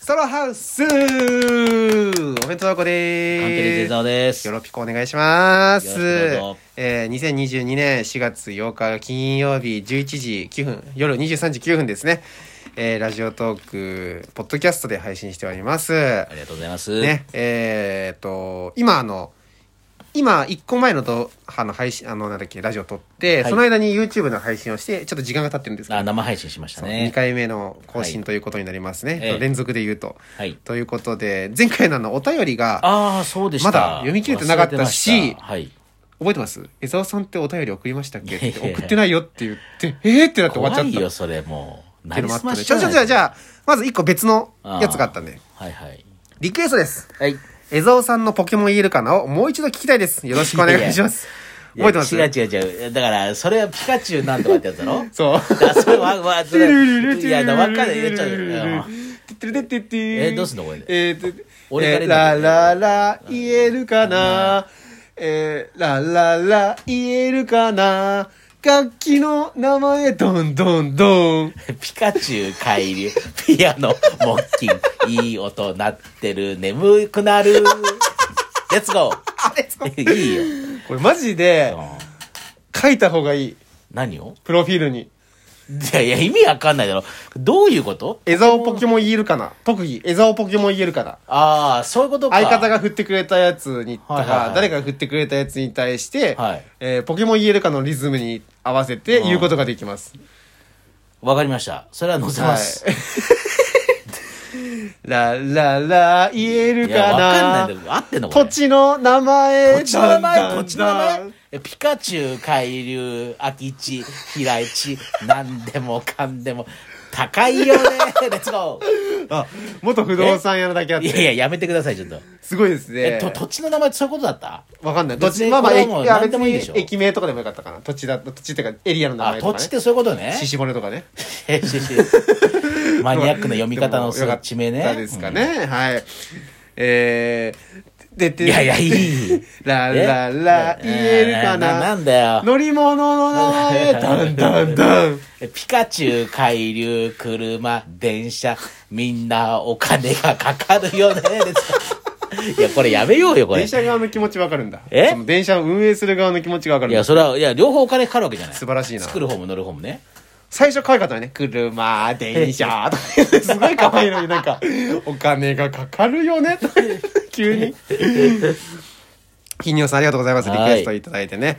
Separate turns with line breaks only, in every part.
ソロハウスお弁当箱で
カンテレ
ー
ザーです。
す。よろぴくお願いしま
よろしく
す
どうぞ。
えー、2022年4月8日金曜日11時9分、夜23時9分ですね。えー、ラジオトーク、ポッドキャストで配信しております。
ありがとうございます。
ね、えーっと、今あの、今、一個前のと、あの、配信、あの、なんだっけ、ラジオ撮って、
はい
その間に YouTube の配信をして、ちょっと時間が経ってるんですけど
あ、、生配信しました
そう
ね
2。回目の更
は
新
い
ということになりますね。
ええ
連続で言うと。
はい。
ということで、前回のあのお便りが、
ああ、そうでした。
まだ読み切れてなかったし
忘れてましたはい。
覚えてます江沢さんってお便り送りましたっけって
いやいや
送ってないよって言って、 えーってなって終わっちゃ
怖
っ
い
た。
よ、
っ
それもう。
ていうのもあ
な
った
り
んで。
すまし
じゃあじゃあじゃあじゃあ、まず一個別の
あー
やつがあったんで。
はいはい。
リクエストです。
はい。
江沢さんのポケモン言えるかなをもう一度聞きたいです。よろしくお願いします。覚えてます
いや違う違う違う。だから、それはピカチュウなんとかってやつだろ
そう。
だから それわ、わ、それいや、だからわかんない。
え
ちょっとうんえどうすんのこれ
えーと
俺
え
から
ー
言う
ラ
の
ララ言えるかなえーラララ言えるかな楽器の名前どんどんどん。
ピカチュウ海流、ピアノ、木琴、いい音鳴ってる、眠くな る。レッツゴ
あれそう
ーいいよ。
これマジ
う
で
ん
書いた方がいい。
何を
プロフィールに。
い やいや、意味わかんないだろ。どういうこと
エザオポケモン言えるかな特技。エザオポケモン言えるかな
ああ、そういうことか。
相方。が振ってくれたやつにとか、
はいはいはい
誰かが振ってくれたやつに対して、
はい
えーポケモン言えるかのリズムに合わせて言うことができます。
わかりました。それは載せます。
はいラララ言える
い、や、
か
わか
なん
ないんだけど、合ってんのこ
土
れ。
地の名前
土地の名
だん
前、
だ
土
ん
地の名
だん
前。えピカチュウ、海流、空き地、平地、何でもかんでも、高いよね。レッツ ゴ
あ元不動産屋のだけあっ
ー。いやい
て
や、やめてください、ちょっと。
すごいです
え
ね
っと、土地の名前ってそういうことだった
わかんない土
別
地
に
まあまあ
これは
駅
もう
いや
何
別
でもいいでし
に
ょ
駅名とかでもよかったかな土地だ土地っていうかエリアの名
あ、
前と
土
か
地っ
ね
てそういうことね。
獅子骨とかね
えししマニアックな読み方のそ
でも
の地名
よか
ね
った。ですかね、はいえーでで
いやいや、いい。
ラ
え
ララ言えるかな
なんだよ。
乗り物の名 前ダンダンダン
ピカチュウ、海流、車、電車、みんなお金がかかるよね。いや、これやめようよ、これ。
電
い
車側の気持ちわかるんだ
え
その電車を運営する側の気持ちがわかるん
や、
だ
それは、いや、両方お金かかるわけじゃない。
素晴らしいな
作る方も乗る方もね。
最初可愛かったよね車電車とか言ってすごい可愛いのになんかお金がかかるよね とか言って急に金魚さんありがとうございますリクエストいただいてね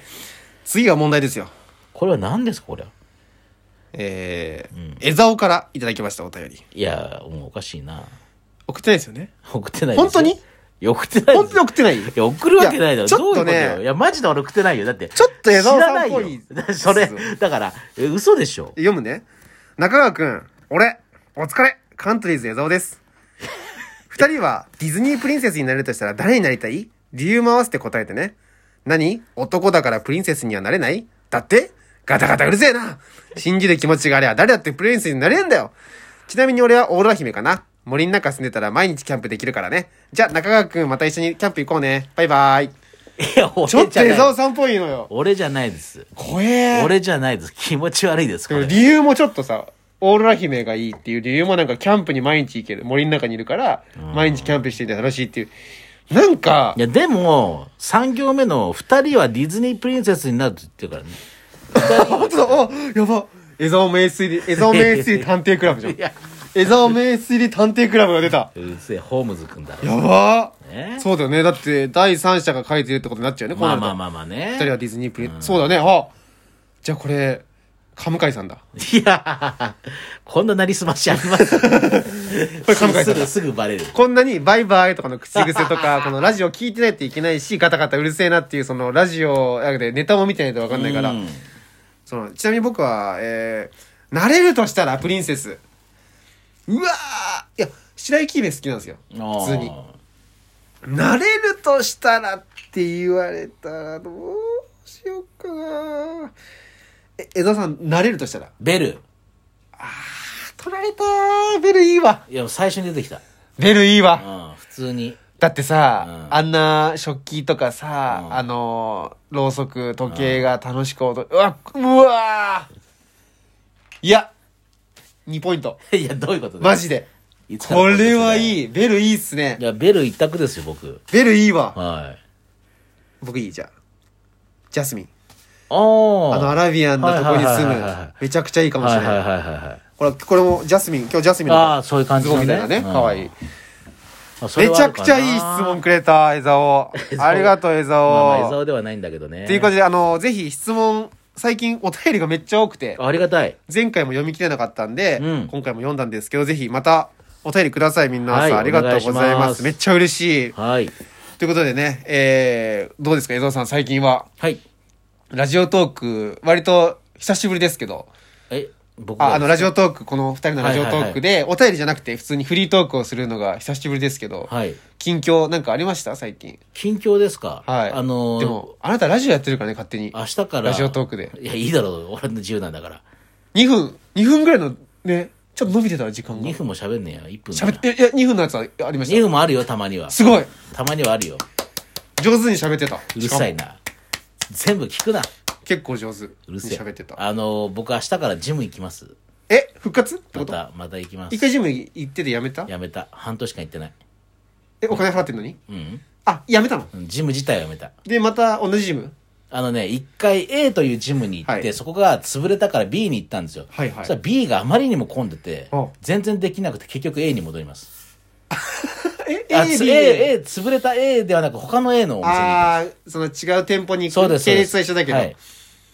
次が問題ですよ
これは何ですか、これは。
えー江沢からいただきましたお便り
いや、もうおかしいな。
送ってないですよね
送ってないですよ
本当に
いや送ってない
本
です
当に送ってない
いや、送るわけない
い
だろ。
やちょっとね
どういうことよいや、マジで俺送ってないよ。だって。
ちょっと江沢さんっぽい
知らないよ。 それ、だから、え嘘でしょ。
読むね。中川くん、俺、お疲れ、カントリーズ江沢 です。二人はディズニープリンセスになれるとしたら誰になりたい理由も合わせて答えてね。何男だからプリンセスにはなれないだってガタガタうるせえな信じる気持ちがあれば誰だってプリンセスになれるんだよちなみに俺はオーロラ姫かな森の中住んでたら毎日キャンプできるからね。じゃあ中川くんまた一緒にキャンプ行こうね。バイバイ。
いや、俺
ちょっ
じ
と
ゃな
江
い
沢さんっぽいのよ。
俺じゃないです。
怖え
俺じゃないです。気持ち悪いです、こ
でも
れ。
理由もちょっとさ、オーロラ姫がいいっていう理由もなんかキャンプに毎日行ける。森の中にいるから、毎日キャンプしていて楽しいっていう。なんか
い、や、でも、3行目の2人はディズニープリンセスになるって言ってるからね。
本当だ、あ、やば。江沢名推理、江沢名推理探偵クラブじゃん
いや。
江沢名推理探偵クラブが出た。
うるせえ、ホームズくんだろ。
やば
え
そうだよね。だって、第三者が書いてるってことになっちゃうよね、
まあまあま
あ。
あまあ
二
ね。
人はディズニープリン、そうだね。あ、じゃあこれ、カムカイさんだ。
いや、こんななりすましあります。
これ考えた
すぐ、すぐバレる。
こんなにバイバイとかの口癖と か、このラジオ聞いてないといけないし、ガタガタうるせえなっていう、そのラジオでネタも見てないとわかんないから
う、ん
その、ちなみに僕は、えー、なれるとしたらプリンセス。うわーいや、白雪姫好きなんですよ。普通に。なれるとしたらって言われたら、どうしようかなえ、江田さん、なれるとしたら。
ベル。
取られたーベルいいわ。
いや、最初に出てきた。
ベルいいわ。
うん、普通に。
だってさ、
うん
あんな食器とかさ、
うん
あのろうそく時計が楽しく踊るうわうわーいや2ポイント
いや、どういうことだよ
マジで
いつから。
これはいいい。ベルいいっすね
い。や、ベル一択ですよ、僕。
ベルいいわ。
はい。
僕いいじゃん。ジャスミン。
ああ。
あの、アラビアンなとこに住
はいはいはいはいは
む
い。
めちゃくちゃいいかもし
はい
れ
はい
ない。
はいはいはい。
これ、これもジャスミン、今日ジャスミン
あ
の
あ、そういう感
ズ
じ
ボ
の
ンみたいなね。かわいい。。めちゃくちゃいい質問
く
くれた、江 沢。ありがとう、江
まあ、映
沢。
像ではないんだけどね。
ということで、あの、ぜひ質問、最近お便りがめっちゃ多くて、
ありがたい。
前回も読み切れなかったんで、
うん
今回も読んだんですけど、ぜひまたお便りください、みんな
はい
さん。ありがとうござい
お願い
ま。
しますす
めっちゃ嬉しい。
はい。
ということでね、えー、どうですか、江沢さん、最近は。
はい。
ラジオトーク、割と久しぶりですけど、
え、僕
ああの、ラジ
オ。
オトーク、この二人のラジオトークで、お便りじゃなくて普通にフリートークをするのが久しぶりですけど、
はい。
近況なんかありました最近。
近況ですか
はい。
あのー、
でも、あなたラジオやってるからね、勝手に。
明日から。
ラジオトークで。
いや、いいだろう。俺の自由なんだから。
2分、2分ぐらいのね、ちょっと伸びてたわ時間が
2。分も喋んねえよ。1分だな
喋って、いや、2分のやつはありまし
2分もあるよ、たまには
た。。すごい
たまにはあるよ。
上手に喋ってた。
うるさ
し
いな。全部聞くな。
かも結構上手に
うるせえ。
喋ってた。
あのー、僕明日からジム行きます。
え、復活って
ま
こと
た、また行きます
一。回ジム行っててやめた
やめた。半年間行ってない。
え、お金払ってんのに
うん。
あ、やめたの
うんジム自体はやめた。
で、また同じジム
あのね、一回 A というジムに行って、
はい
そこが潰れたから B に行ったんですよ。
はいはい
そしたら B があまりにも混んでて
あ、
全然できなくて結局 A に戻ります。
え、
あ、
A、
つ
B
A、
で
A、潰れた A ではなく他の A のお店に行った。
ああ、その違う店舗に
そうです。そ
系
うで
列
す
は一緒だけど。
はい。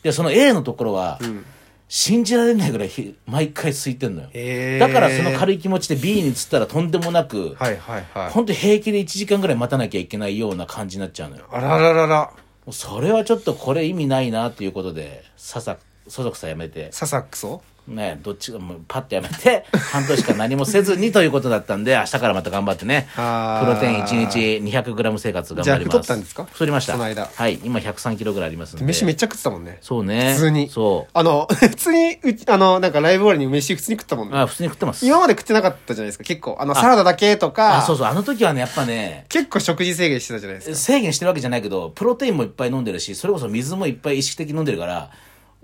で、その A のところは、
ん
信じられないぐらいひ毎回空いてんのよ。
へー
だからその軽い気持ちで B に移ったらとんでもなく、
はいはいはい。
本当平気で1時間ぐらい待たなきゃいけないような感じになっちゃうのよ。
あらららら。
もうそれはちょっとこれ意味ないなということで、ささ、そそくさやめて、
ササクソ
ね、どっちか、もうパッとやめて、 半年間何もせずにということだったんで、明日からまた頑張ってね、プ
あー
ロテイン1日 200g 生活頑
じゃあ
張ります。
太ったんですか
太りました。
その間
はい、今103キロぐらいありますんで。
飯めっちゃ食ってたもんね。
そうね。
普通に。
そう。
あの、 普通に、うちあの、なんかライブ終わりに飯普通に食ったもんね。
あ、普通に食ってます。
今まで食ってなかったじゃないですか、結構。あの、サラダだけと
あ、
か、
そうそう。あの時はね、やっぱね、
結構食事制限してたじゃないですか。
制限してるわけじゃないけど、プロテインもいっぱい飲んでるし、それこそ水もいっぱい意識的に飲んでるから、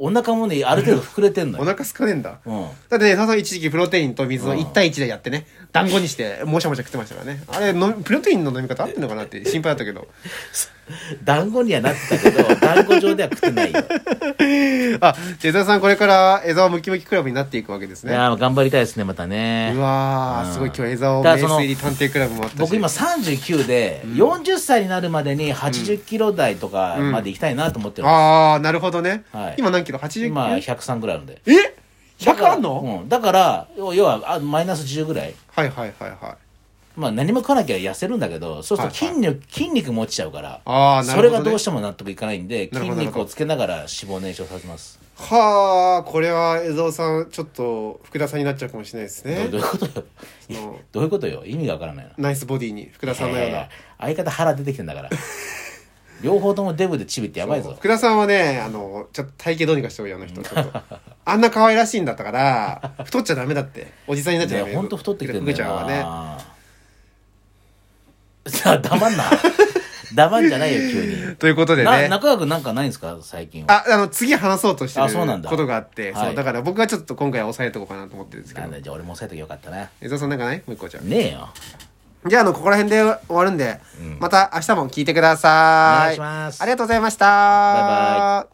お腹もね、ある程度膨れてんの
お
よ。
腹すかねえんだ。
うん。
だってね、ささん一時期プロテインと水を1対1でやってね、団子にして、もしゃもしゃ食ってましたからね。あれ、飲みプロテインの飲み方合ってんのかなって心配だったけど。
団子にはなってたけど、団子状では食って ないよ。
あ、じゃあ江沢さんこれから江沢ムキムキクラブになっていくわけです
い
ね。
やー頑張りたいですね、またね
う。わー、すごい今日江沢名
だからその
推理探偵クラブもあったし。
僕今39で、40歳になるまでに80キロ台とかまで行きたいなと思ってる、
あー、なるほどね。
はい
今何キロ ?80 キロ
今103ぐらいあるんで。
え ?100 あんの、
うん。だから、要要はあマイナス10ぐらい。
はいはいはいはい。
まあ何も食わなきゃ痩せるんだけど、そうすると
はい
筋肉、筋肉も落ちちゃうから、
あーなるほどね
それがどうしても納得いかないんで、
なる
筋
ほど
肉をつけながら脂肪燃焼させます。
はあ、これは江沢さん、ちょっと福田さんになっちゃうかもしれないです
どう
ね
ど。ういうことよ
その
どういうことよ意味がわからないな。
ナイスボディに福田さんのよう
いやい
な
や。相方腹出てきてん だから。両方ともデブでチビってやばいぞ。
福田さんはね、あの、ちょっと体型どうにかしておいよ、あの 人。ちょっとあんな可愛らしいんだったから、太っちゃダメだって。おじさんになっちゃダメ
ね、ほんと太ってきてんだ
福
よ
ちゃんはね。
な。 さあ、黙 んな。黙んじゃないよ、急に。
ということで
な
ね。
中川くんなんかないんですか最近は。
あ、あの、次話そうとしてる
あそうなんだ
ことがあって、
はい
そう、だから僕はちょっと今回は抑えとこうかなと思ってるんですけ
な
ど
ん。だ、じゃあ俺も抑えときゃよかったな。
江澤さんなんかないもう一個じゃん。
ねえよ。
じゃあ、あの、ここら辺で終わるんで、また明日も聞いてください。
お願いします
ありがとうございました。
バイ
バイ。